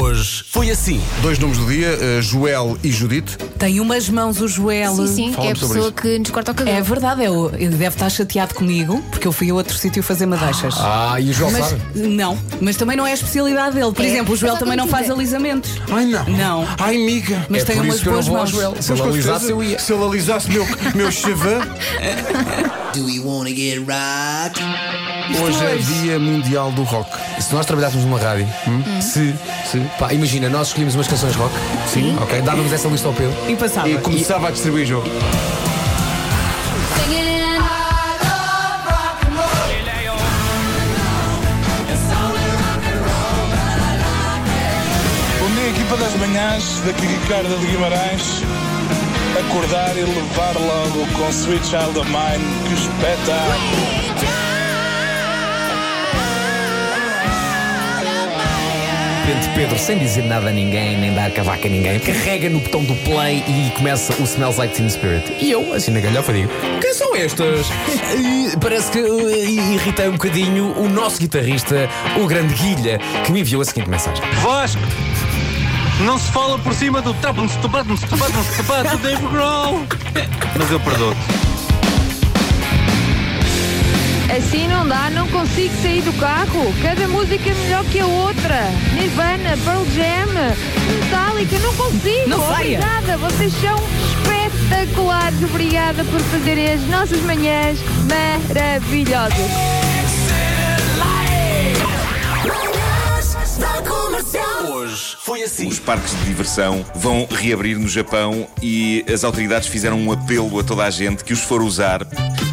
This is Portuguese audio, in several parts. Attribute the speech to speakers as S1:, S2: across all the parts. S1: Hoje foi assim.
S2: Dois nomes do dia, eh, Joel e Judite.
S3: Tem umas mãos o Joel.
S4: Sim, sim, é a
S2: Falamos sobre
S4: pessoa
S2: isso.
S4: que nos corta o cabelo.
S3: É verdade, eu, ele deve estar chateado comigo, porque eu fui a outro sítio fazer madeixas.
S5: Ah, e o João
S3: Mas,
S5: sabe?
S3: não, mas também não é a especialidade dele. Por
S4: É.
S3: exemplo, o Joel
S4: Mas há
S3: também não faz
S4: mentira.
S3: alisamentos.
S2: Ai não.
S3: Não.
S2: Ai, miga.
S3: Mas
S5: É
S3: tem
S5: por
S3: umas
S5: isso que eu não
S3: boas
S5: vou ao
S3: mãos.
S5: Joel. Se ele
S2: Com
S5: alisasse,
S2: certeza,
S5: eu ia.
S2: Se ele alisasse meu, meu chevã,
S1: Do you wanna get right?
S2: hoje é dia mundial do rock. Hum?
S5: Se nós trabalhássemos numa rádio, hum? se, se pá, imagina, nós escolhíamos umas canções rock, sim, ok, dávamos essa lista ao Pedro.
S3: E passava.
S2: E começava a distribuir jogo.
S6: Bom dia, equipa das manhãs, daqui Ricardo de Guimarães. Acordar e levar logo com Sweet Child of Mine, que espetáculo!
S5: repente, Pedro, sem dizer nada a ninguém, nem dar cavaca a ninguém, carrega no botão do play e começa o Smells Like Teen Spirit. E eu, assim na galhofa, digo: Quem são estas? E parece que uh, irritei um bocadinho o nosso guitarrista, o grande Guilha, que me enviou a seguinte mensagem:
S7: Vasco! Não se fala por cima do tapam-se, tapam-se, tapam-se, tapam-se, Dave Grohl! Mas eu perdoo
S8: Assim não dá, não consigo sair do carro. Cada música é melhor que a outra. Nirvana, Pearl Jam, Metallica, não consigo.
S3: Não saia.
S8: Obrigada, vocês são espetaculares. Obrigada por fazerem as nossas manhãs maravilhosas.
S1: Hoje foi assim.
S9: Os parques de diversão vão reabrir no Japão e as autoridades fizeram um apelo a toda a gente que os for usar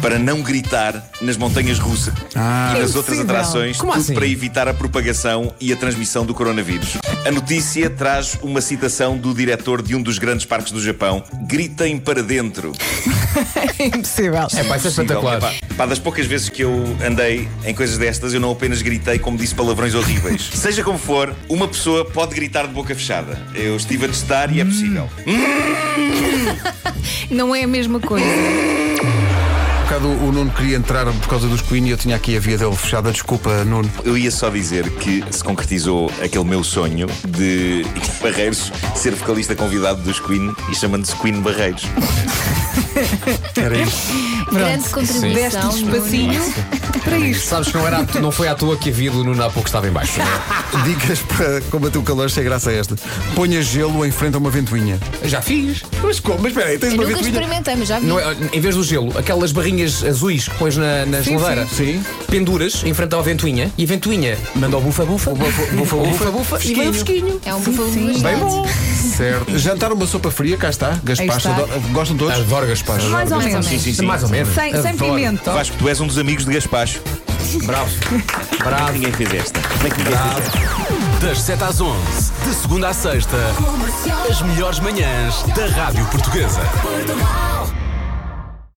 S9: para não gritar nas montanhas russas e nas outras
S3: impossível.
S9: atrações,
S5: Como
S9: tudo
S5: assim?
S9: para evitar a propagação e a transmissão do coronavírus. A notícia traz uma citação do diretor de um dos grandes parques do Japão: gritem para dentro.
S3: É impossível.
S5: É pá, isso é espetacular.
S9: Epá, pá, das poucas vezes que eu andei em coisas destas, eu não apenas gritei, como disse palavrões horríveis. Seja como for, uma pessoa pode gritar de boca fechada. Eu estive a testar e é possível.
S5: Hum.
S4: Não é a mesma coisa.
S2: Um bocado o Nuno queria entrar por causa dos Queen e eu tinha aqui a via dele fechada. Desculpa, Nuno.
S9: Eu ia só dizer que se concretizou aquele meu sonho de Barreiros ser vocalista convidado dos Queen e chamando-se Queen Barreiros.
S2: Era isso.
S4: Grande
S3: Deste
S4: contribuição.
S3: espacinho para isto.
S5: Sabes que não, era à to- não foi à toa que a vida do Nuno há pouco estava em baixo. é?
S2: Dicas para combater o calor, se é graça a esta. Ponha gelo em frente a uma ventoinha.
S5: Já fiz.
S2: Mas como? Mas espera aí, tens
S4: Eu
S2: uma
S4: nunca
S2: ventoinha.
S4: experimentei, mas já vi.
S5: Não é- em vez do gelo, aquelas barrinhas azuis que pões na, na geladeira,
S2: sim, sim.
S5: penduras em frente à ventoinha e a ventoinha manda o bufa-bufa,
S2: bufa-
S5: bufa-bufa e vem o fresquinho.
S4: É um bufão de
S5: Bem bom.
S2: Certo. Jantar uma sopa fria, cá está. Gaspacho,
S3: está.
S2: adoro- gostam todos?
S5: Adoro Gaspar.
S3: Mais ou menos.
S9: Sim, sim, sim.
S5: Mais um. ou menos.
S3: Sem, sem
S5: Adoro.
S3: pimenta.
S9: Vasco, tu és um dos amigos de Gaspacho.
S5: Bravo. Bravo.
S9: Ninguém fez esta. Como é que ninguém fez esta?
S1: Das 7 às 11, de segunda à sexta, as melhores manhãs da Rádio Portuguesa.